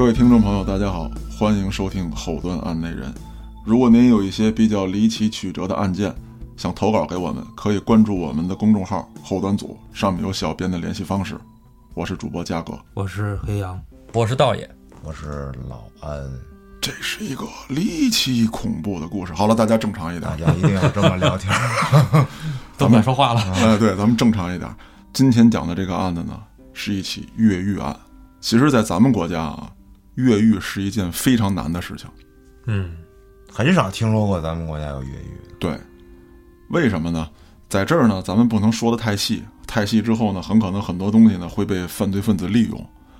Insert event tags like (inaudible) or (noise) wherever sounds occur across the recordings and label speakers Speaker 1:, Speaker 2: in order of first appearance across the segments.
Speaker 1: 位听众朋友，大家好，欢迎收听《后端案内人》。如果您有一些比较离奇曲折的案件，想投稿给我们，可以关注我们的公众号“后端组”，上面有小编的联系方式。我是主播嘉哥，
Speaker 2: 我是黑羊，
Speaker 3: 我是道爷，
Speaker 4: 我是老安。
Speaker 1: 这是一个离奇恐怖的故事。好了，大家正常一点
Speaker 4: 大，家一定要这么
Speaker 1: (laughs)
Speaker 4: 聊天儿。
Speaker 2: 都不敢说话了。
Speaker 1: 哎，对，咱们正常一点。今天讲的这个案子呢，是一起越狱案。其实，在咱们国家啊，越狱是一件非常难的事情。
Speaker 2: 嗯，
Speaker 4: 很少听说过咱们国家有越狱，
Speaker 1: 对，为什么呢？在这儿呢，咱们不能说的太细，太细之后呢，很可能很多东西呢会被犯罪分子利用。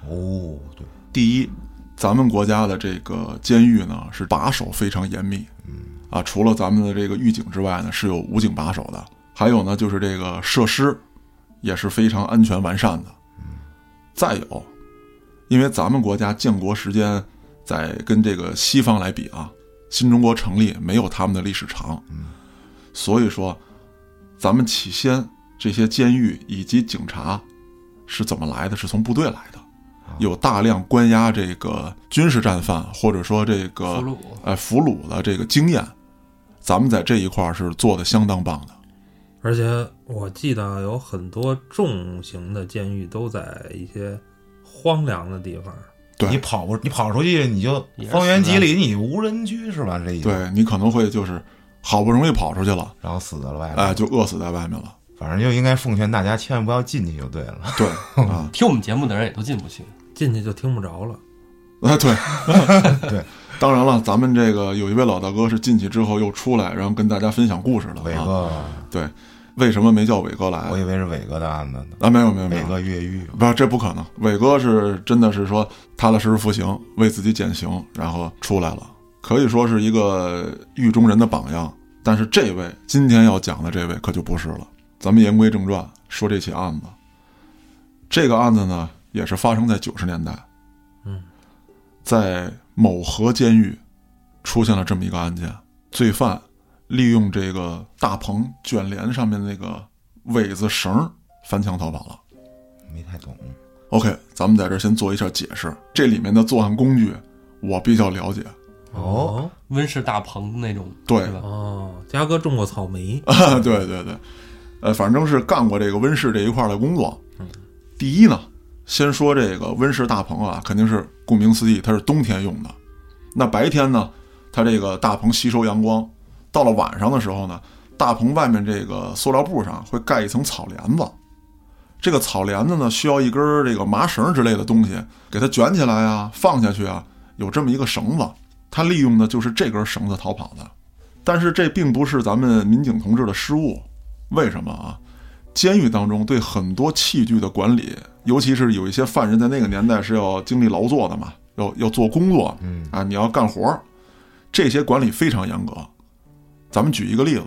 Speaker 4: 哦，对，
Speaker 1: 第一，咱们国家的这个监狱呢是把守非常严密，啊，除了咱们的这个狱警之外呢，是有武警把守的，还有呢就是这个设施也是非常安全完善的。再有，因为咱们国家建国时间在跟这个西方来比啊，新中国成立没有他们的历史长，所以说，咱们起先这些监狱以及警察是怎么来的？是从部队来的。有大量关押这个军事战犯，或者说这个
Speaker 2: 俘虏
Speaker 1: 哎俘虏的这个经验，咱们在这一块儿是做的相当棒的。
Speaker 2: 而且我记得有很多重型的监狱都在一些荒凉的地方，
Speaker 1: 对
Speaker 4: 你跑不，你跑出去你就
Speaker 2: 也是
Speaker 4: 方圆几里你无人居是吧？这一，
Speaker 1: 对你可能会就是好不容易跑出去了，
Speaker 4: 然后死在了外面。
Speaker 1: 哎，就饿死在外面了。
Speaker 4: 反正就应该奉劝大家千万不要进去就对了。 (laughs)
Speaker 1: 对啊，
Speaker 3: 听我们节目的人也都进不去。
Speaker 2: 进去就听不着了。
Speaker 1: 哎对
Speaker 4: (laughs) 对。
Speaker 1: (laughs) 当然了，咱们这个有一位老大哥是进去之后又出来，然后跟大家分享故事的
Speaker 4: 伟
Speaker 1: 啊。哎
Speaker 4: 哥，
Speaker 1: 对，为什么没叫伟哥来
Speaker 4: 我？以为是伟哥的案子呢，
Speaker 1: 啊，没有没有没
Speaker 4: 伟
Speaker 1: 有，
Speaker 4: 哥越狱。
Speaker 1: 不是，这不可能。伟哥是真的是说踏踏实实服刑，为自己减刑，然后出来了，可以说是一个狱中人的榜样。但是这位今天要讲的这位可就不是了。咱们言归正传，说这起案子。这个案子呢，也是发生在九十年代，
Speaker 2: 嗯，
Speaker 1: 在某河监狱出现了这么一个案件，罪犯利用这个大棚卷帘上面那个尾子绳儿翻墙逃跑了。
Speaker 4: 没太懂，
Speaker 1: OK，咱们在这儿先做一下解释，这里面的作案工具我比较了解。
Speaker 4: 哦
Speaker 3: 温室大棚那种，
Speaker 1: 对
Speaker 3: 是吧？
Speaker 2: 哦，嘉哥种过草莓，
Speaker 1: 啊，对对对，呃，反正是干过这个温室这一块儿的工作。第一呢，先说这个温室大棚啊，肯定是顾名思义，它是冬天用的。那白天呢，它这个大棚吸收阳光，到了晚上的时候呢，大棚外面这个塑料布上会盖一层草帘子。这个草帘子呢，需要一根儿这个麻绳之类的东西给它卷起来啊，放下去啊，有这么一个绳子，它利用的就是这根绳子逃跑的。但是这并不是咱们民警同志的失误，为什么啊？监狱当中对很多器具的管理，尤其是有一些犯人在那个年代是要经历劳作的嘛，要要做工作，
Speaker 4: 嗯
Speaker 1: 啊，你要干活儿，这些管理非常严格。咱们举一个例子，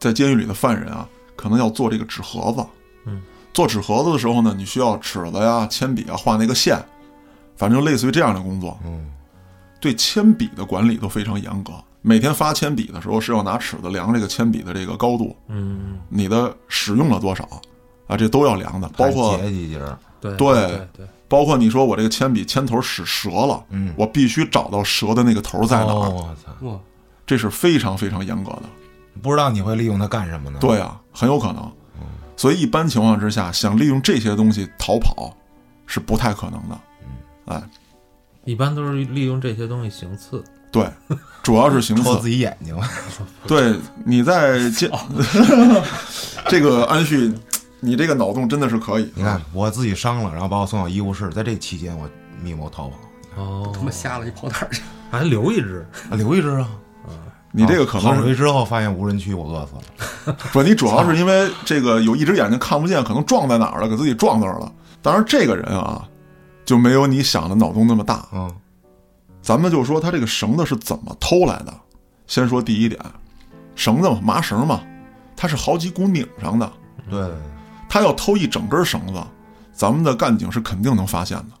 Speaker 1: 在监狱里的犯人啊，可能要做这个纸盒子，
Speaker 2: 嗯，
Speaker 1: 做纸盒子的时候呢，你需要尺子呀、铅笔啊，画那个线，反正就类似于这样的工作，
Speaker 4: 嗯，
Speaker 1: 对铅笔的管理都非常严格。每天发铅笔的时候是要拿尺子量这个铅笔的这个高度，
Speaker 2: 嗯，
Speaker 1: 你的使用了多少啊，这都要量的。包括
Speaker 4: 还结几节儿，
Speaker 2: 对
Speaker 1: 对
Speaker 2: 对对，
Speaker 1: 包括你说我这个铅笔铅头使折了，
Speaker 4: 嗯
Speaker 1: 我必须找到折的那个头在哪
Speaker 4: 哦嗯
Speaker 1: 儿，
Speaker 4: 我操，
Speaker 3: 哇，
Speaker 1: 这是非常非常严格的。
Speaker 4: 不知道你会利用它干什么呢？，
Speaker 1: 对啊，很有可能。
Speaker 4: 嗯
Speaker 1: 所以一般情况之下，想利用这些东西逃跑是不太可能的。
Speaker 4: 嗯
Speaker 1: 哎，
Speaker 2: 一般都是利用这些东西行刺。
Speaker 1: 对，主要是
Speaker 4: (laughs)
Speaker 1: 行刺
Speaker 4: 戳。自己眼睛。
Speaker 1: 嗯对，你在监， (laughs) 这个安旭，你这个脑洞真的是可以。啊
Speaker 4: 你看，我自己伤了，然后把我送到医务室，在这期间我密谋逃跑，
Speaker 2: 哦，
Speaker 3: 他妈瞎了一炮弹去。
Speaker 2: 还留一只，
Speaker 4: 啊留一只啊。
Speaker 1: 你这个可
Speaker 4: 跑
Speaker 1: 能
Speaker 4: 出
Speaker 1: 是
Speaker 4: 去之后发现无人区，我饿死了。
Speaker 1: 不，你主要是因为这个有一只眼睛看不见，可能撞在哪儿了，给自己撞那儿了。当然，这个人啊，就没有你想的脑洞那么大。
Speaker 4: 嗯，
Speaker 1: 咱们就说他这个绳子是怎么偷来的。先说第一点，绳子嘛，麻绳嘛，它是好几股拧上的。
Speaker 4: 对，
Speaker 1: 他要偷一整根绳子，咱们的干警是肯定能发现的。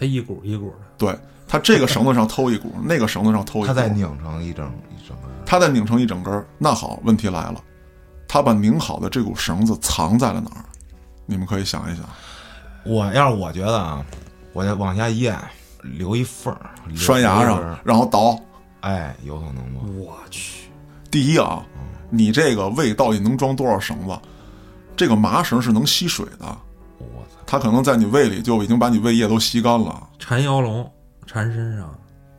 Speaker 2: 它一股一股的。
Speaker 1: 对他这个绳子上偷一股，那个绳子上偷一股，
Speaker 4: 他再拧成一整一整个。
Speaker 1: 他再拧成一整根儿。那好，问题来了，他把拧好的这股绳子藏在了哪儿？你们可以想一想，
Speaker 4: 我要是我觉得啊，我就往下一咽，留一缝儿，留
Speaker 1: 拴牙
Speaker 4: 留一根
Speaker 1: 上
Speaker 4: 儿，
Speaker 1: 然后倒。
Speaker 4: 哎，有可能吗？
Speaker 2: 我去，
Speaker 1: 第一啊，你这个胃到底能装多少绳子？这个麻绳是能吸水的，
Speaker 4: 我操，
Speaker 1: 它可能在你胃里就已经把你胃液都吸干了。
Speaker 2: 缠腰龙缠身上，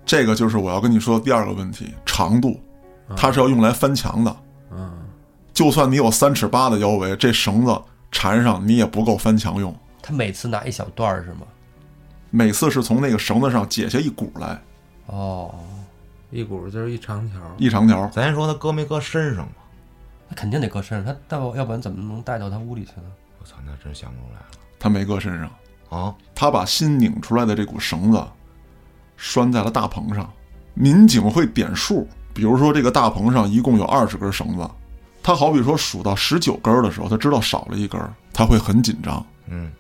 Speaker 1: 这个就是我要跟你说的第二个问题，长度，它是要用来翻墙的。
Speaker 2: 嗯，
Speaker 1: 就算你有三尺八的腰围，这绳子缠上你也不够翻墙用。
Speaker 3: 他每次拿一小段儿是吗？
Speaker 1: 每次是从那个绳子上解下一股来，
Speaker 3: 哦，
Speaker 2: 一股就是一长条儿，
Speaker 1: 一长条。
Speaker 4: 咱先说他搁没搁身上吧？
Speaker 3: 那肯定得搁身上，他带要不然怎么能带到他屋里去呢？
Speaker 4: 我操，那真想不出来了
Speaker 1: 他没搁身上，
Speaker 4: 啊！
Speaker 1: 他把新拧出来的这股绳子拴在了大棚上。民警会点数，比如说这个大棚上一共有二十根绳子，他好比说数到十九根的时候，他知道少了一根，他会很紧张。
Speaker 4: 嗯，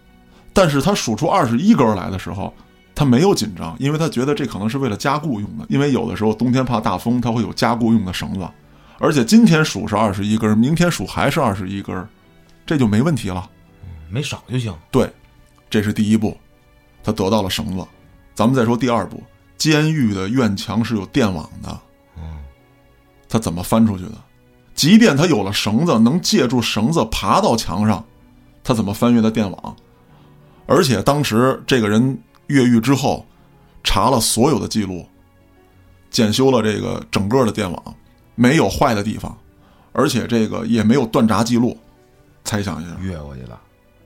Speaker 1: 但是他数出二十一根来的时候，他没有紧张，因为他觉得这可能是为了加固用的。因为有的时候冬天怕大风，他会有加固用的绳子。而且今天数是二十一根，明天数还是二十一根，这就没问题了。
Speaker 4: 没少就行。
Speaker 1: 对，这是第一步，他得到了绳子。咱们再说第二步，监狱的院墙是有电网的，
Speaker 4: 嗯，
Speaker 1: 他怎么翻出去的？即便他有了绳子，能借助绳子爬到墙上，他怎么翻越的电网？而且当时这个人越狱之后，查了所有的记录，检修了这个整个的电网，没有坏的地方，而且这个也没有断闸记录。猜想一下，
Speaker 4: 越过去了，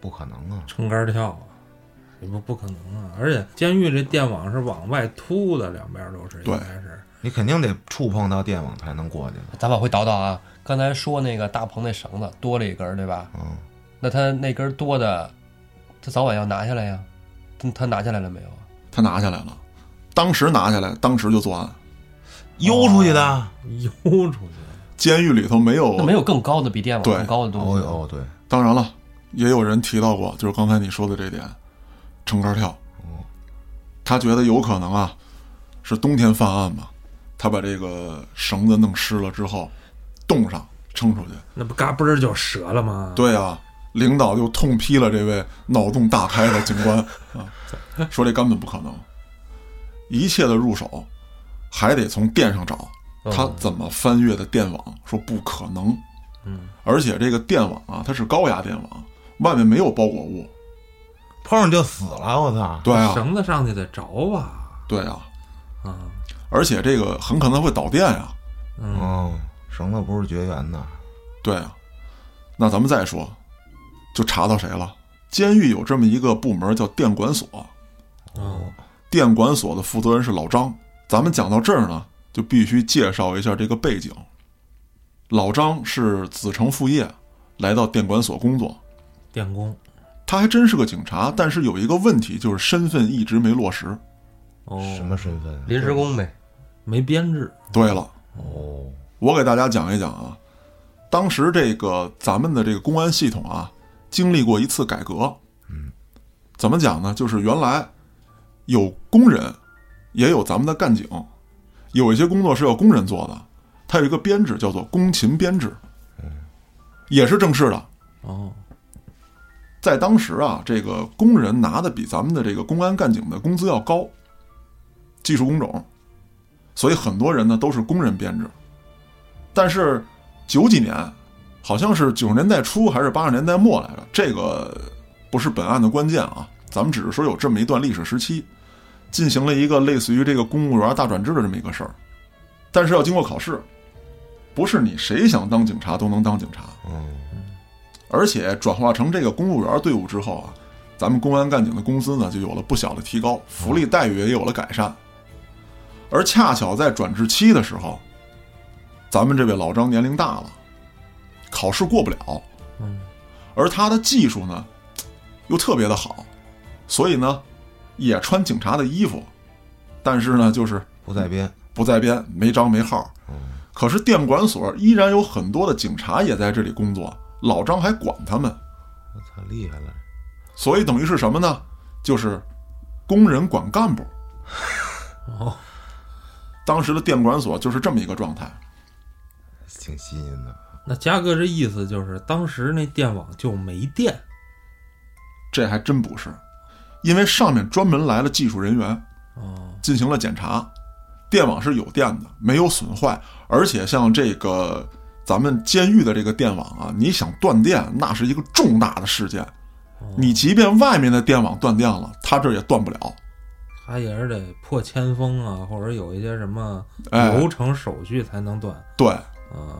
Speaker 4: 不可能啊！
Speaker 2: 撑杆儿跳啊，也不不可能啊！而且监狱这电网是往外凸的，两边儿都是，
Speaker 1: 对
Speaker 2: 应该是
Speaker 4: 你肯定得触碰到电网才能过去。
Speaker 3: 咱往回倒倒啊，刚才说那个大棚那绳子多了一根儿，对吧？
Speaker 4: 嗯，
Speaker 3: 那他那根儿多的，他早晚要拿下来呀。他他拿下来了没有啊？
Speaker 1: 他拿下来了，当时拿下来，当时就作案。
Speaker 4: 悠出去的。
Speaker 2: 悠出去。
Speaker 1: 监狱里头没有
Speaker 3: 那没有更高的比电网
Speaker 1: 对
Speaker 3: 更高的东西
Speaker 4: 哦
Speaker 3: 吗？
Speaker 4: 哟，哦对，
Speaker 1: 当然了，也有人提到过，就是刚才你说的这点，撑杆跳。
Speaker 4: 哦，
Speaker 1: 他觉得有可能啊，是冬天犯案嘛，他把这个绳子弄湿了之后，冻上撑出去。
Speaker 2: 那不嘎嘣儿就折了吗？，
Speaker 1: 对啊，领导就痛批了这位脑洞大开的警官啊，说这根本不可能，一切的入手还得从电上找，他怎么翻越的电网？说不可能。
Speaker 2: 嗯，
Speaker 1: 而且这个电网啊，它是高压电网，外面没有包裹物。
Speaker 4: 碰上就死了，我操！
Speaker 1: 对啊，
Speaker 2: 绳子上去得着吧？
Speaker 1: 对啊，
Speaker 2: 啊，
Speaker 1: 而且这个很可能会导电啊呀、
Speaker 2: 嗯，
Speaker 4: 哦，绳子不是绝缘的，
Speaker 1: 对啊，那咱们再说，就查到谁了？监狱有这么一个部门叫电管所，
Speaker 2: 哦，
Speaker 1: 电管所的负责人是老张。咱们讲到这儿呢，就必须介绍一下这个背景。老张是子承父业，来到电管所工作。
Speaker 2: 电工，
Speaker 1: 他还真是个警察，但是有一个问题，就是身份一直没落实。
Speaker 2: 哦，
Speaker 4: 什么身份？啊
Speaker 3: 临时工呗。
Speaker 2: 没编制？
Speaker 1: 对了，
Speaker 4: 哦，
Speaker 1: 我给大家讲一讲啊，当时这个咱们的这个公安系统啊，经历过一次改革。嗯，怎么讲呢？就是原来有工人，也有咱们的干警，有一些工作是要工人做的，它有一个编制叫做工勤编制，也是正式的。
Speaker 2: 哦，
Speaker 1: 在当时啊，这个工人拿的比咱们的这个公安干警的工资要高，技术工种，所以很多人呢都是工人编制。但是九几年，好像是九十年代初还是八十年代末来着，这个不是本案的关键啊，咱们只是说有这么一段历史时期，进行了一个类似于这个公务员大转制的这么一个事儿，但是要经过考试，不是你谁想当警察都能当警察。
Speaker 4: 嗯，
Speaker 1: 而且转化成这个公务员队伍之后啊，咱们公安干警的工资呢就有了不小的提高，福利待遇也有了改善。而恰巧在转制期的时候，咱们这位老张年龄大了，考试过不了，
Speaker 2: 嗯，
Speaker 1: 而他的技术呢又特别的好，所以呢也穿警察的衣服，但是呢就是
Speaker 4: 不在编。
Speaker 1: 不在编，没章没号。
Speaker 2: 嗯
Speaker 1: 可是电管所依然有很多的警察也在这里工作，老张还管他们。
Speaker 4: 我操，厉害了！
Speaker 1: 所以等于是什么呢？就是工人管干部。
Speaker 2: (laughs) 哦，
Speaker 1: 当时的电管所就是这么一个状态。
Speaker 4: 挺新鲜的。
Speaker 2: 那嘉哥这意思就是，当时那电网就没电，
Speaker 1: 这还真不是，因为上面专门来了技术人员，
Speaker 2: 哦，
Speaker 1: 进行了检查，电网是有电的，没有损坏，而且像这个咱们监狱的这个电网啊，你想断电那是一个重大的事件，你即便外面的电网断电了，它这儿也断不了。
Speaker 2: 他也是得破千封啊，或者有一些什么
Speaker 1: 哎
Speaker 2: 流程手续才能断
Speaker 1: 对，
Speaker 2: 啊。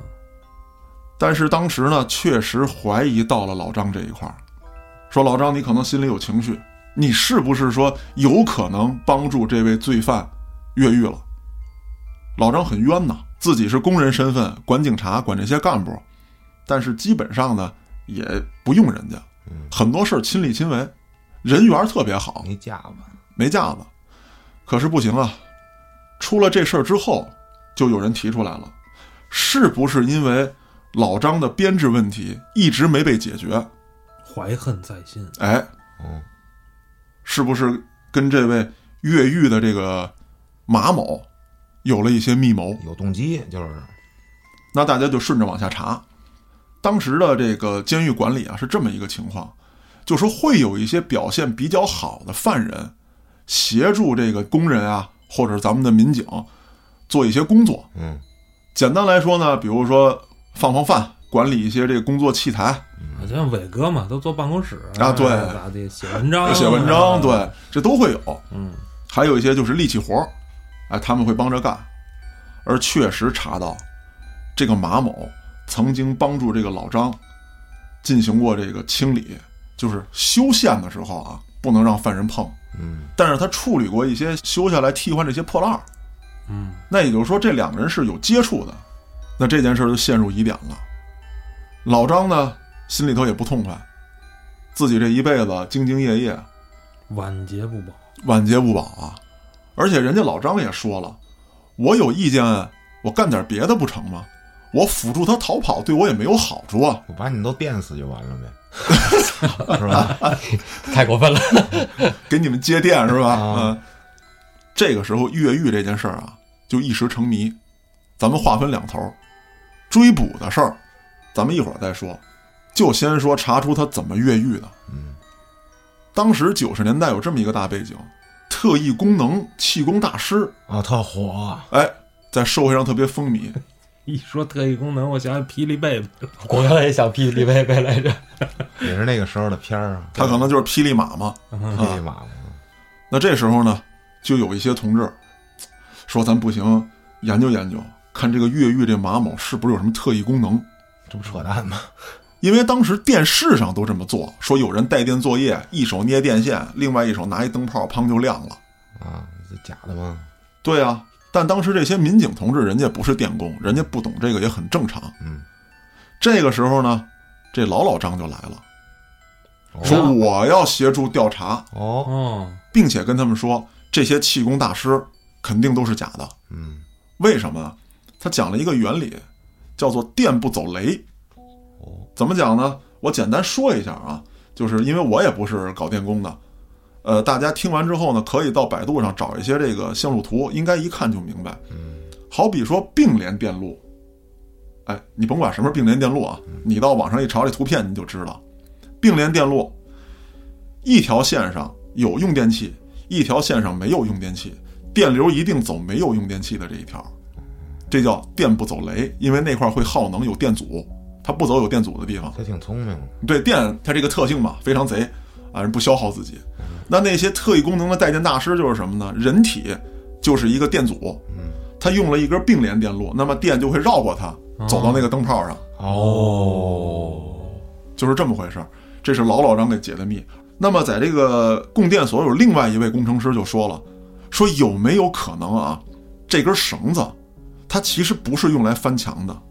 Speaker 1: 但是当时呢，确实怀疑到了老张这一块儿，说老张你可能心里有情绪，你是不是说有可能帮助这位罪犯越狱了？老张很冤呐，自己是工人身份，管警察，管这些干部，但是基本上呢也不用人家，很多事儿亲力亲为，人缘儿特别好，
Speaker 4: 嗯没架吧？
Speaker 1: 没架子。可是不行啊，出了这事儿之后，就有人提出来了，是不是因为老张的编制问题一直没被解决？
Speaker 2: 怀恨在心，
Speaker 1: 哎，
Speaker 4: 嗯，
Speaker 1: 是不是跟这位越狱的这个马某有了一些密谋？
Speaker 4: 有动机就是，
Speaker 1: 那大家就顺着往下查。当时的这个监狱管理啊是这么一个情况，就说会有一些表现比较好的犯人，协助这个工人啊，或者咱们的民警做一些工作。
Speaker 4: 嗯，
Speaker 1: 简单来说呢，比如说放放饭，管理一些这个工作器材，
Speaker 2: 啊，就像伟哥嘛，都坐办公室
Speaker 1: 啊对
Speaker 2: 咋地写文章啊，
Speaker 1: 写文章，对，这都会有。
Speaker 2: 嗯，
Speaker 1: 还有一些就是力气活儿，哎，他们会帮着干。而确实查到，这个马某曾经帮助这个老张进行过这个清理，就是修线的时候啊，不能让犯人碰。
Speaker 4: 嗯，
Speaker 1: 但是他处理过一些修下来替换这些破烂儿，
Speaker 2: 嗯，
Speaker 1: 那也就是说这两个人是有接触的，那这件事儿就陷入疑点了。老张呢，心里头也不痛快，自己这一辈子兢兢业业，
Speaker 2: 晚节不保，
Speaker 1: 晚节不保啊！而且人家老张也说了，我有意见，我干点别的不成吗？我辅助他逃跑，对我也没有好处啊！
Speaker 4: 我把你都电死就完了呗，是吧？
Speaker 3: 太过分了。 (laughs)
Speaker 1: 给你们接电是吧？
Speaker 4: 啊
Speaker 1: 嗯，这个时候越狱这件事儿啊，就一时成谜。咱们划分两头儿，追捕的事儿，咱们一会儿再说，就先说查出他怎么越狱的。
Speaker 4: 嗯，
Speaker 1: 当时九十年代有这么一个大背景，特异功能气功大师，
Speaker 4: 啊，特火，
Speaker 1: 哎，在社会上特别风靡。
Speaker 2: 一说特异功能，我想起霹雳贝贝，
Speaker 3: 我刚才也想霹雳贝贝来着，
Speaker 4: 也是那个时候的片儿啊，
Speaker 1: 他可能就是霹雳马嘛。
Speaker 2: 嗯
Speaker 1: 啊
Speaker 4: 霹雳马嘛，
Speaker 1: 那这时候呢，就有一些同志说：“咱不行，研究研究，看这个越狱这马某是不是有什么特异功能？
Speaker 4: 这不扯淡吗？
Speaker 1: 因为当时电视上都这么做，说有人带电作业，一手捏电线，另外一手拿一灯泡，砰就亮了。
Speaker 4: 啊，这假的吗？
Speaker 1: 对啊，但当时这些民警同志，人家不是电工，人家不懂这个也很正常。
Speaker 4: 嗯，
Speaker 1: 这个时候呢，这老老张就来了，
Speaker 4: 哦
Speaker 1: 说我要协助调查，
Speaker 4: 哦，
Speaker 2: 哦，
Speaker 1: 并且跟他们说，这些气功大师肯定都是假的。
Speaker 4: 嗯，
Speaker 1: 为什么啊？他讲了一个原理，叫做电不走雷。
Speaker 4: 哦，
Speaker 1: 怎么讲呢？我简单说一下啊，就是因为我也不是搞电工的，呃，大家听完之后呢，可以到百度上找一些这个线路图，应该一看就明白。
Speaker 4: 嗯，
Speaker 1: 好比说并联电路，哎，你甭管什么是并联电路啊，你到网上一查这图片你就知道，并联电路一条线上有用电器，一条线上没有用电器，电流一定走没有用电器的这一条，这叫电不走雷，因为那块会耗能，有电阻，它不走有电阻的地方。
Speaker 4: 他挺聪明的，
Speaker 1: 对电它这个特性嘛，非常贼啊，人不消耗自己。那那些特异功能的带电大师就是什么呢？人体就是一个电阻，他用了一根并联电路，那么电就会绕过它，走到那个灯泡上，
Speaker 2: 哦
Speaker 4: 哦，
Speaker 1: 就是这么回事儿。这是老老张给解的密。那么在这个供电所有另外一位工程师就说了，说有没有可能啊，这根绳子它其实不是用来翻墙的，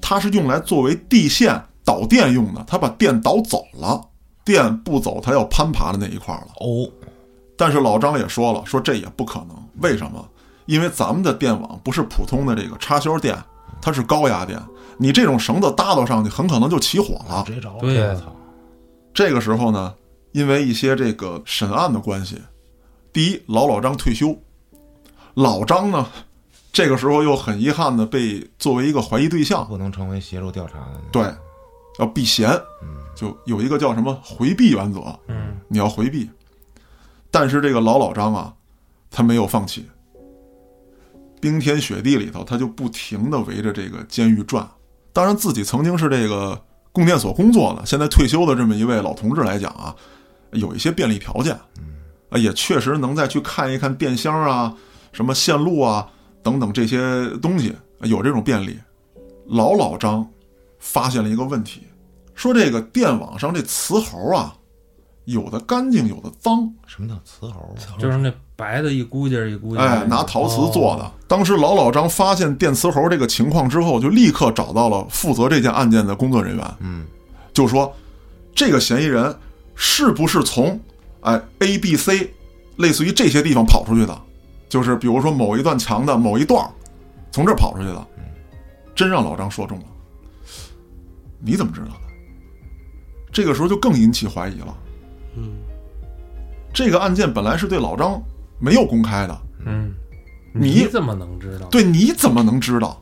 Speaker 1: 它是用来作为地线导电用的，它把电导走了，电不走它要攀爬的那一块儿了。
Speaker 4: 哦，
Speaker 1: 但是老张也说了，说这也不可能。为什么？因为咱们的电网不是普通的这个插销电，它是高压电。你这种绳子搭到上去，很可能就起火了。
Speaker 4: 直接着了，
Speaker 2: 对呀
Speaker 4: 我操，
Speaker 1: 这个时候呢，因为一些这个审案的关系，第一，老老张退休，老张呢，这个时候又很遗憾的被作为一个怀疑对象，
Speaker 4: 不能成为协助调查的，嗯
Speaker 1: 对，要避嫌，就有一个叫什么回避原则，
Speaker 2: 嗯，
Speaker 1: 你要回避。但是这个老老张啊，他没有放弃。冰天雪地里头，他就不停地围着这个监狱转。当然，自己曾经是这个供电所工作的，现在退休的这么一位老同志来讲啊，有一些便利条件，啊，也确实能再去看一看电箱啊、什么线路啊等等这些东西，有这种便利。老老张发现了一个问题，说这个电网上这磁猴啊，有的干净，有的脏，
Speaker 4: 什么叫雌猴啊？
Speaker 2: 就是那白的一股劲儿一股劲儿，
Speaker 1: 哎，拿陶瓷做的。当时老老张发现电磁猴这个情况之后，就立刻找到了负责这件案件的工作人员，
Speaker 4: 嗯，
Speaker 1: 就说这个嫌疑人是不是从哎 A、B、C 类似于这些地方跑出去的，就是比如说某一段墙的某一段儿从这儿跑出去的，真让老张说中了。你怎么知道的？这个时候就更引起怀疑了。
Speaker 3: 嗯，
Speaker 1: 这个案件本来是对老张没有公开的，
Speaker 2: 嗯，
Speaker 1: 你
Speaker 2: 你怎么能知道？
Speaker 1: 对，你怎么能知道？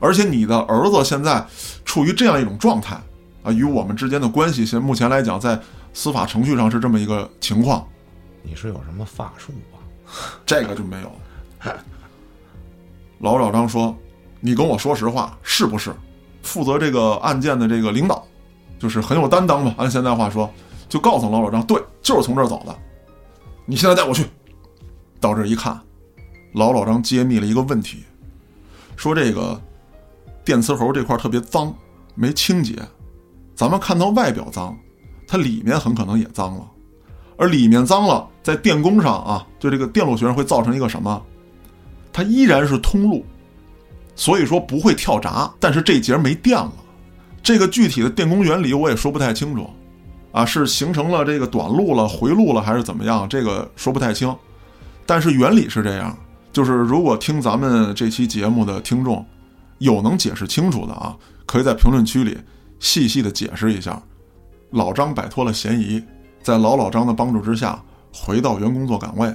Speaker 1: 而且你的儿子现在处于这样一种状态啊，与我们之间的关系，现目前来讲，在司法程序上是这么一个情况，
Speaker 4: 你是有什么法术啊吧？
Speaker 1: 这个就没有。 (laughs) 老老张说：“你跟我说实话，是不是？负责这个案件的这个领导，就是很有担当吧？按现在话说，就告诉老老张，对，就是从这儿走的。你现在带我去。”到这儿一看，老老张揭秘了一个问题，说这个电磁猴这块儿特别脏，没清洁。咱们看到外表脏，它里面很可能也脏了。而里面脏了，在电工上啊，就这个电路学上会造成一个什么？它依然是通路，所以说不会跳闸，但是这节没电了。这个具体的电工原理我也说不太清楚，啊，是形成了这个短路了、回路了，还是怎么样？这个说不太清。但是原理是这样，就是如果听咱们这期节目的听众有能解释清楚的啊，可以在评论区里细细的解释一下。老张摆脱了嫌疑，在老老张的帮助之下回到原工作岗位，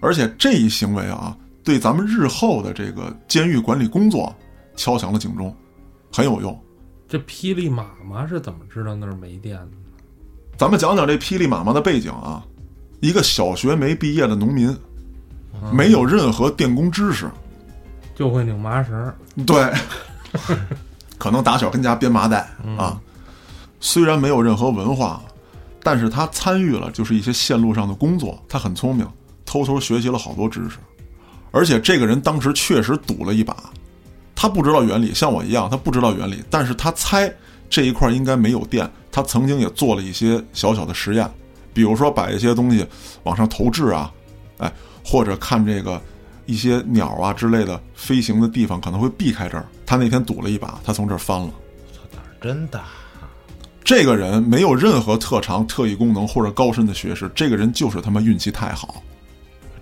Speaker 1: 而且这一行为啊，对咱们日后的这个监狱管理工作敲响了警钟，很有用。
Speaker 2: 这霹雳妈妈是怎么知道那儿没电的？
Speaker 1: 咱们讲讲这霹雳妈妈的背景啊，一个小学没毕业的农民，没有任何电工知识，
Speaker 2: 就会拧麻绳儿，
Speaker 1: (laughs) 对，可能打小跟家编麻袋啊。虽然没有任何文化，但是他参与了就是一些线路上的工作，他很聪明，偷偷学习了好多知识。而且这个人当时确实赌了一把，他不知道原理，像我一样，他不知道原理，但是他猜这一块应该没有电。他曾经也做了一些小小的实验，比如说把一些东西往上投掷啊，哎，或者看这个一些鸟啊之类的飞行的地方可能会避开这儿。他那天赌了一把，他从这儿翻了。
Speaker 4: 操，胆儿真大！啊
Speaker 1: 这个人没有任何特长、特异功能或者高深的学识，这个人就是他妈运气太好。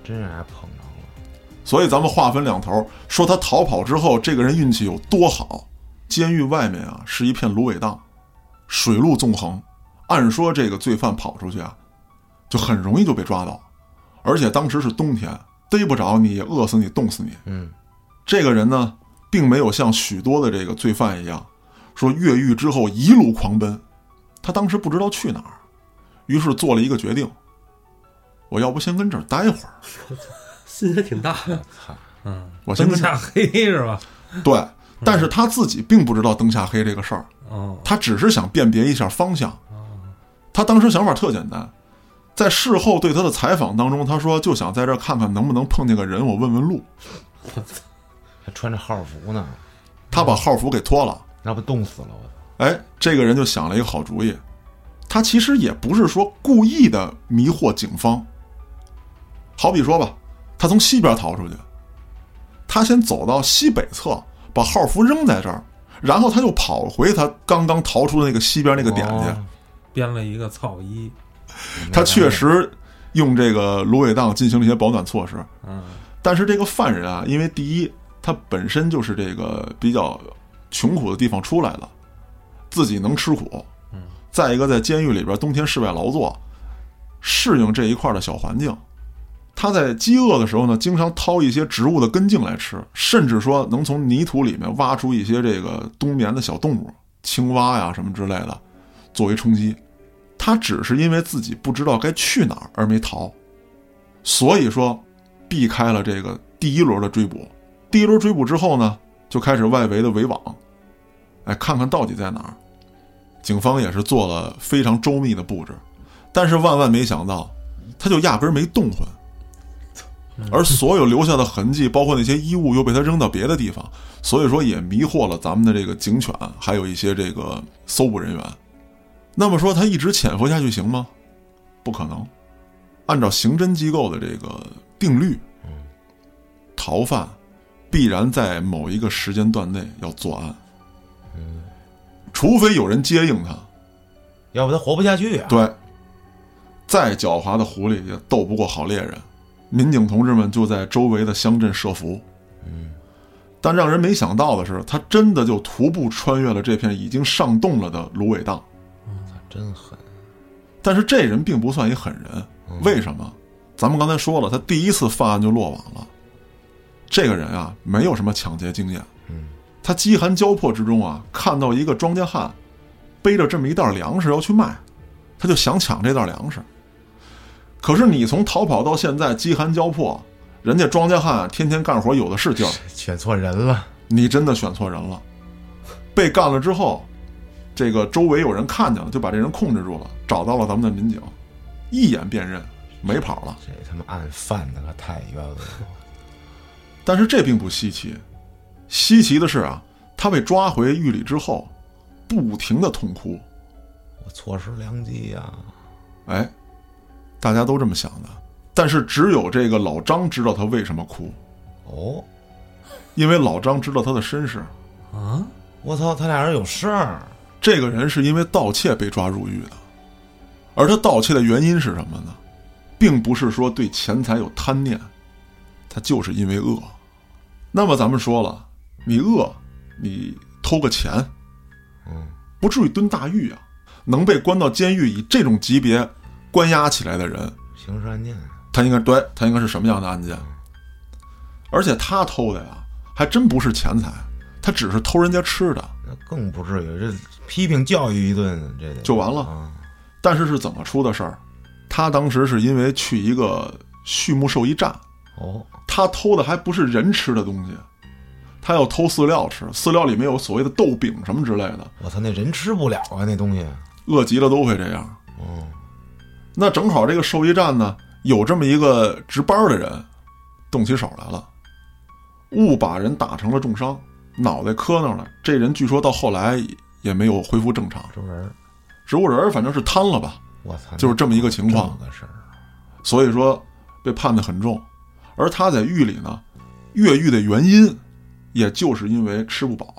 Speaker 4: 真让人碰着了。
Speaker 1: 所以咱们话分两头，说他逃跑之后，这个人运气有多好。监狱外面啊是一片芦苇荡，水路纵横，按说这个罪犯跑出去啊，就很容易就被抓到，而且当时是冬天，逮不着你也饿死你、冻死你。
Speaker 4: 嗯，
Speaker 1: 这个人呢，并没有像许多的这个罪犯一样，说越狱之后一路狂奔，他当时不知道去哪儿，于是做了一个决定，我要不先跟这儿待会儿，
Speaker 2: 心也挺大。
Speaker 1: (laughs)
Speaker 4: 操，
Speaker 2: 嗯，
Speaker 1: 我先
Speaker 2: 灯
Speaker 1: 跟这儿
Speaker 2: 下黑是吧？
Speaker 1: 对，但是他自己并不知道灯下黑这个事儿，
Speaker 2: 哦，
Speaker 1: 他只是想辨别一下方向。他当时想法特简单，在事后对他的采访当中，他说就想在这儿看看能不能碰见个人，我问问路。
Speaker 4: 还穿着号服呢，
Speaker 1: 他把号服给脱了，
Speaker 4: 那不冻死了我操！
Speaker 1: 哎，这个人就想了一个好主意，他其实也不是说故意的迷惑警方。好比说吧，他从西边逃出去，他先走到西北侧，把号服扔在这儿，然后他又跑回他刚刚逃出的那个西边那个点去。
Speaker 4: 哦
Speaker 2: 编了一个草衣，
Speaker 1: 他确实用这个芦苇荡进行了一些保暖措施，
Speaker 2: 嗯，
Speaker 1: 但是这个犯人啊，因为第一，他本身就是这个比较穷苦的地方出来的，自己能吃苦，嗯，再一个在监狱里边冬天室外劳作，适应这一块的小环境。他在饥饿的时候呢，经常掏一些植物的根茎来吃，甚至说能从泥土里面挖出一些这个冬眠的小动物，青蛙呀什么之类的，作为充饥。他只是因为自己不知道该去哪儿而没逃，所以说避开了这个第一轮的追捕。第一轮追捕之后呢，就开始外围的围网，哎，看看到底在哪儿。警方也是做了非常周密的布置，但是万万没想到，他就压根儿没动弹。而所有留下的痕迹，包括那些衣物，又被他扔到别的地方，所以说也迷惑了咱们的这个警犬，还有一些这个搜捕人员。那么说，他一直潜伏下去行吗？不可能。按照刑侦机构的这个定律，逃犯必然在某一个时间段内要作案，除非有人接应他。
Speaker 4: 要不他活不下去啊。
Speaker 1: 对，再狡猾的狐狸也斗不过好猎人。民警同志们就在周围的乡镇设伏。嗯，但让人没想到的是，他真的就徒步穿越了这片已经上冻了的芦苇荡。
Speaker 4: 真狠，
Speaker 1: 但是这人并不算一狠人，为什么？咱们刚才说了，他第一次犯案就落网了。这个人啊，没有什么抢劫经验。
Speaker 4: 嗯，
Speaker 1: 他饥寒交迫之中啊，看到一个庄稼汉背着这么一袋粮食要去卖，他就想抢这袋粮食。可是你从逃跑到现在，饥寒交迫，人家庄稼汉天天干活有的是劲儿，
Speaker 4: 选错人了。
Speaker 1: 你真的选错人了。被干了之后，这个周围有人看见了，就把这人控制住了，找到了咱们的民警，一眼辨认，没跑了。
Speaker 4: 这他妈案犯的可太冤枉了。
Speaker 1: 但是这并不稀奇，稀奇的是啊，他被抓回狱里之后，不停的痛哭。
Speaker 4: 我错失良机啊呀、
Speaker 1: 哎，大家都这么想的，但是只有这个老张知道他为什么哭，
Speaker 4: 哦，
Speaker 1: 因为老张知道他的身世。
Speaker 2: 啊，
Speaker 4: 我操，他俩人有事儿。
Speaker 1: 这个人是因为盗窃被抓入狱的，而他盗窃的原因是什么呢？并不是说对钱财有贪念，他就是因为饿。那么咱们说了，你饿，你偷个钱，
Speaker 4: 嗯，
Speaker 1: 不至于蹲大狱啊。能被关到监狱以这种级别关押起来的人，
Speaker 4: 刑事案件，
Speaker 1: 他应该对，他应该是什么样的案件？而且他偷的呀，还真不是钱财，他只是偷人家吃的。
Speaker 4: 那更不至于，这批评教育一顿，这得
Speaker 1: 就完了
Speaker 4: 啊。
Speaker 1: 但是是怎么出的事儿？他当时是因为去一个畜牧兽医站，
Speaker 4: 哦，
Speaker 1: 他偷的还不是人吃的东西，他要偷饲料吃，饲料里面有所谓的豆饼什么之类的，
Speaker 4: 我操，那人吃不了啊，那东西。
Speaker 1: 饿极了都会这样。
Speaker 4: 嗯，
Speaker 1: 那正好这个兽医站呢，有这么一个值班的人，动起手来了，误把人打成了重伤，脑袋磕那儿了。这人据说到后来也没有恢复正常，
Speaker 4: 植物人，
Speaker 1: 植物人儿反正是瘫了吧，
Speaker 4: 我操，
Speaker 1: 就是这么一个情况。
Speaker 4: 这么个事儿。
Speaker 1: 所以说被判得很重。而他在狱里呢，越狱的原因，也就是因为吃不饱。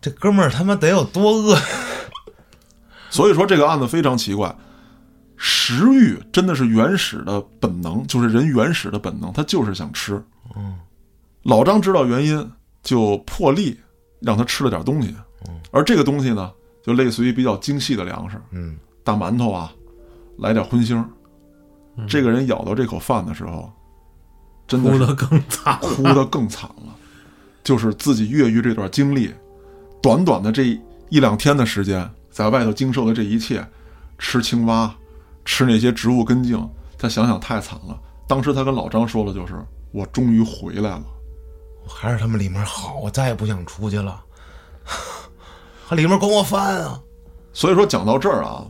Speaker 4: 这哥们儿他妈得有多饿？
Speaker 1: 所以说这个案子非常奇怪，食欲真的是原始的本能，就是人原始的本能，他就是想吃。嗯，老张知道原因，就破例让他吃了点东西。而这个东西呢，就类似于比较精细的粮食，
Speaker 4: 嗯，
Speaker 1: 大馒头啊，来点荤腥儿。这个人咬到这口饭的时候，真的
Speaker 2: 哭
Speaker 1: 是
Speaker 2: 得更惨。
Speaker 1: 哭得更惨了，就是自己越狱这段经历，短短的这一两天的时间，在外头经受的这一切，吃青蛙，吃那些植物根茎，他想想太惨了。当时他跟老张说了，就是我终于回来了。
Speaker 4: 我还是他们里面好，我再也不想出去了。 (laughs) 他里面管我饭啊。
Speaker 1: 所以说讲到这儿啊，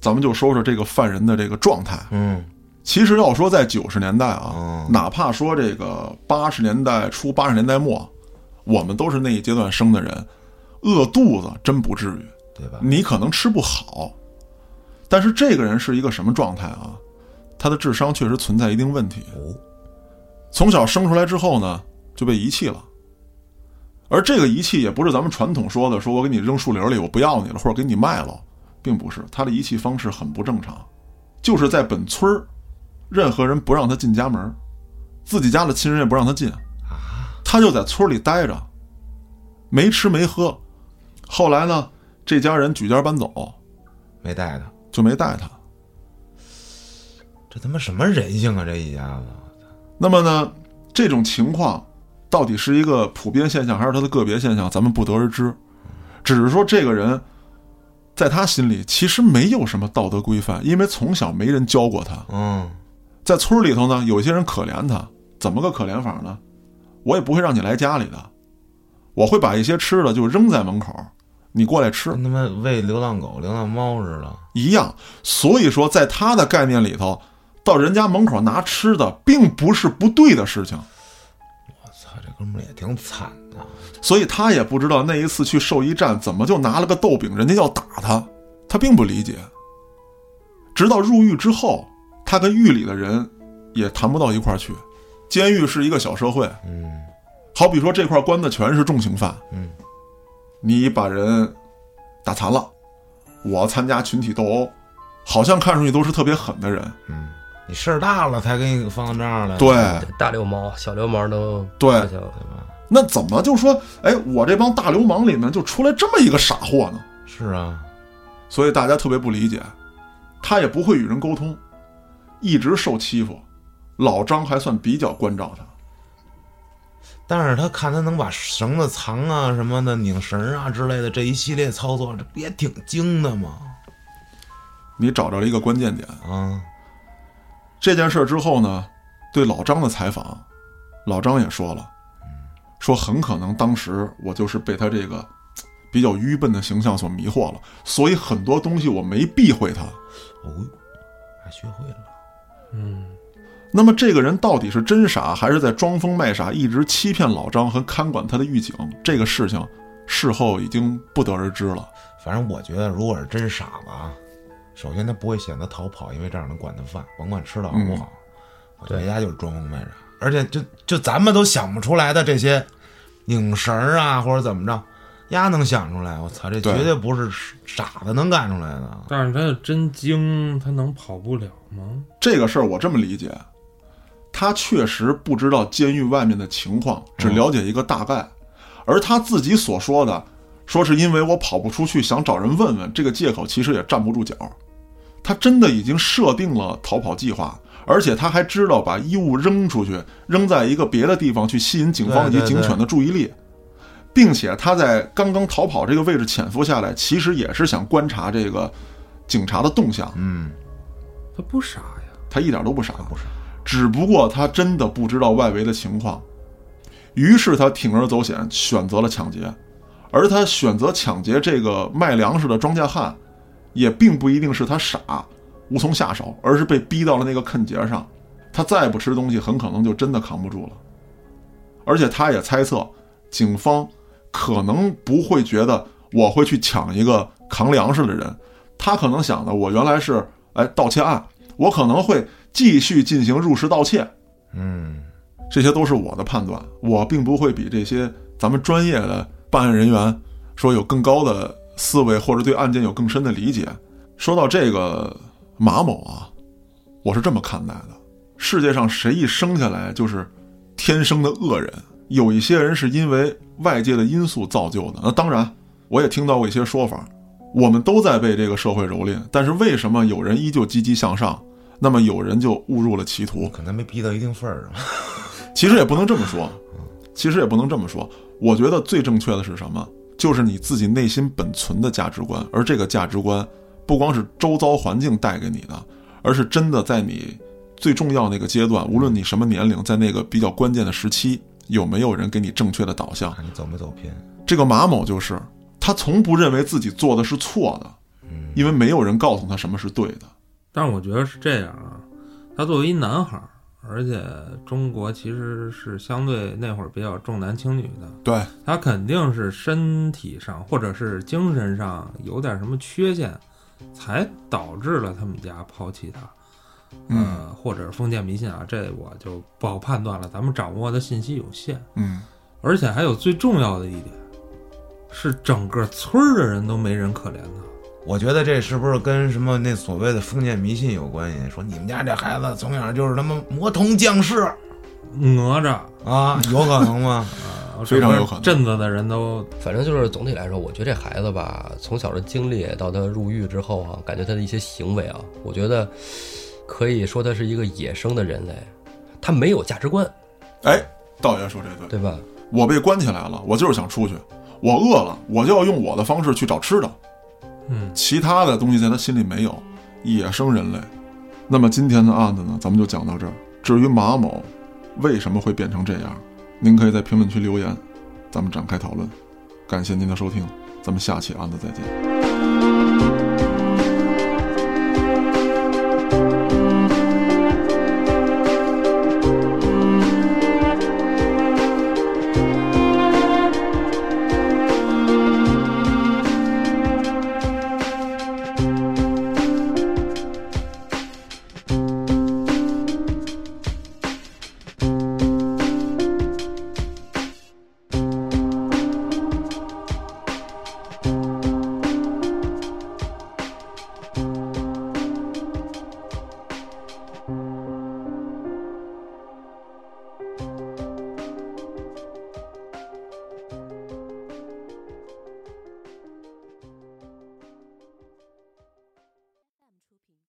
Speaker 1: 咱们就说说这个犯人的这个状态。
Speaker 4: 嗯，
Speaker 1: 其实要说在九十年代啊，
Speaker 4: 哦
Speaker 1: 哪怕说这个八十年代初、八十年代末，我们都是那一阶段生的人，饿肚子真不至于。
Speaker 4: 对吧？
Speaker 1: 你可能吃不好，但是这个人是一个什么状态啊？他的智商确实存在一定问题。
Speaker 4: 哦，
Speaker 1: 从小生出来之后呢，就被遗弃了。而这个遗弃也不是咱们传统说的，说我给你扔树林里，我不要你了，或者给你卖了，并不是。他的遗弃方式很不正常，就是在本村儿，任何人不让他进家门儿，自己家的亲人也不让他进，他就在村里待着，没吃没喝。后来呢，这家人举家搬走，
Speaker 4: 没带他，
Speaker 1: 就没带他。
Speaker 4: 这他妈什么人性啊？这一家子，
Speaker 1: 那么呢，这种情况到底是一个普遍现象，还是它的个别现象，咱们不得而知。只是说这个人，在他心里其实没有什么道德规范，因为从小没人教过他。
Speaker 4: 嗯，
Speaker 1: 在村里头呢，有些人可怜他，怎么个可怜法呢？我也不会让你来家里的，我会把一些吃的就扔在门口，你过来吃
Speaker 4: 跟他妈喂流浪狗、流浪猫似的。
Speaker 1: 一样。所以说，在他的概念里头，到人家门口拿吃的，并不是不对的事情。
Speaker 4: 我操，这哥们儿也挺惨的。
Speaker 1: 所以他也不知道那一次去兽医站怎么就拿了个豆饼，人家要打他，他并不理解。直到入狱之后，他跟狱里的人也谈不到一块儿去。监狱是一个小社会，
Speaker 4: 嗯，
Speaker 1: 好比说这块关的全是重刑犯，
Speaker 4: 嗯，
Speaker 1: 你把人打残了，我参加群体斗殴，好像看上去都是特别狠的人，
Speaker 4: 你事儿大了才给你放到这儿来。
Speaker 1: 对
Speaker 3: 大流氓、小流氓都
Speaker 1: 对
Speaker 3: 不，行了
Speaker 4: 对吧？
Speaker 1: 那怎么就说，哎，我这帮大流氓里面就出来这么一个傻货呢？
Speaker 4: 是啊，
Speaker 1: 所以大家特别不理解，他也不会与人沟通，一直受欺负。老张还算比较关照他，
Speaker 4: 但是他看他能把绳子藏啊什么的，拧绳啊之类的这一系列操作，这不也挺精的吗？
Speaker 1: 你找着了一个关键点。
Speaker 4: 啊，
Speaker 1: 这件事儿之后呢，对老张的采访，老张也说了，说很可能当时我就是被他这个嘖比较愚笨的形象所迷惑了，所以很多东西我没避讳他。
Speaker 4: 哦，还学会了。
Speaker 2: 嗯，
Speaker 1: 那么这个人到底是真傻，还是在装疯卖傻，一直欺骗老张和看管他的狱警？这个事情事后已经不得而知了。
Speaker 4: 反正我觉得，如果是真傻子啊，首先他不会选择逃跑，因为这样能管他饭，甭管吃的好不好。
Speaker 1: 嗯
Speaker 4: 我觉得家就是装疯卖傻，而且就就咱们都想不出来的这些拧绳儿啊或者怎么着，丫能想出来？我操，这
Speaker 1: 对
Speaker 4: 绝对不是傻子能干出来的。
Speaker 2: (laughs) 但是他要真精，他能跑不了吗？
Speaker 1: 这个事儿我这么理解，他确实不知道监狱外面的情况，只
Speaker 4: 嗯
Speaker 1: 了解一个大概。而他自己所说的，说是因为我跑不出去，想找人问问，这个借口其实也站不住脚。他真的已经设定了逃跑计划，而且他还知道把衣物扔出去，扔在一个别的地方去吸引警方以及
Speaker 4: 对对
Speaker 1: 警
Speaker 4: 对
Speaker 1: 犬的注意力，并且他在刚刚逃跑这个位置潜伏下来，其实也是想观察这个警察的动向。
Speaker 4: 嗯，
Speaker 2: 他不傻呀，
Speaker 1: 他一点都不傻，
Speaker 4: 不傻
Speaker 1: 只不过他真的不知道外围的情况，于是他铤而走险，选择了抢劫。而他选择抢劫这个卖粮食的庄稼汉，也并不一定是他傻，无从下手，而是被逼到了那个坑节上。他再不吃东西，很可能就真的扛不住了。而且他也猜测，警方可能不会觉得我会去抢一个扛粮食的人，他可能想的我原来是哎盗窃案，我可能会继续进行入室盗窃，
Speaker 4: 嗯，
Speaker 1: 这些都是我的判断，我并不会比这些咱们专业的办案人员说有更高的思维或者对案件有更深的理解。说到这个马某啊，我是这么看待的：世界上谁一生下来就是天生的恶人？有一些人是因为外界的因素造就的。那当然，我也听到过一些说法，我们都在被这个社会蹂躏，但是为什么有人依旧积极向上，那么有人就误入了歧途？
Speaker 4: 可能没逼到一定份儿上。
Speaker 1: 其实也不能这么说，其实也不能这么说。我觉得最正确的是什么？就是你自己内心本存的价值观，而这个价值观不光是周遭环境带给你的，而是真的在你最重要那个阶段，无论你什么年龄，在那个比较关键的时期，有没有人给你正确的导向？
Speaker 4: 看你走没走偏。
Speaker 1: 这个马某就是，他从不认为自己做的是错的，
Speaker 4: 嗯
Speaker 1: 因为没有人告诉他什么是对的。
Speaker 2: 但是我觉得是这样啊，他作为一男孩儿，而且中国其实是相对那会儿比较重男轻女的，
Speaker 1: 对，
Speaker 2: 他肯定是身体上或者是精神上有点什么缺陷，才导致了他们家抛弃他。呃，或者是封建迷信啊，这我就不好判断了。咱们掌握的信息有限，
Speaker 1: 嗯，
Speaker 2: 而且还有最重要的一点，是整个村儿的人都没人可怜他。
Speaker 4: 我觉得这是不是跟什么那所谓的封建迷信有关系？说你们家这孩子从小就是他妈魔童降世
Speaker 2: 哪吒，
Speaker 4: 啊，有可能
Speaker 1: (laughs)
Speaker 4: 吗？
Speaker 2: 啊
Speaker 1: 非常有可能
Speaker 2: 整个镇子的人都
Speaker 3: 反正就是总体来说，我觉得这孩子吧，从小的经历到他入狱之后啊，感觉他的一些行为啊，我觉得可以说他是一个野生的人类，他没有价值观，
Speaker 1: 哎，道爷说这对。
Speaker 3: 对吧？
Speaker 1: 我被关起来了，我就是想出去，我饿了，我就要用我的方式去找吃的，
Speaker 2: 嗯，
Speaker 1: 其他的东西在他心里没有。野生人类，那么今天的案子呢，咱们就讲到这儿。至于马某，为什么会变成这样？您可以在评论区留言，咱们展开讨论。感谢您的收听，咱们下期案子再见。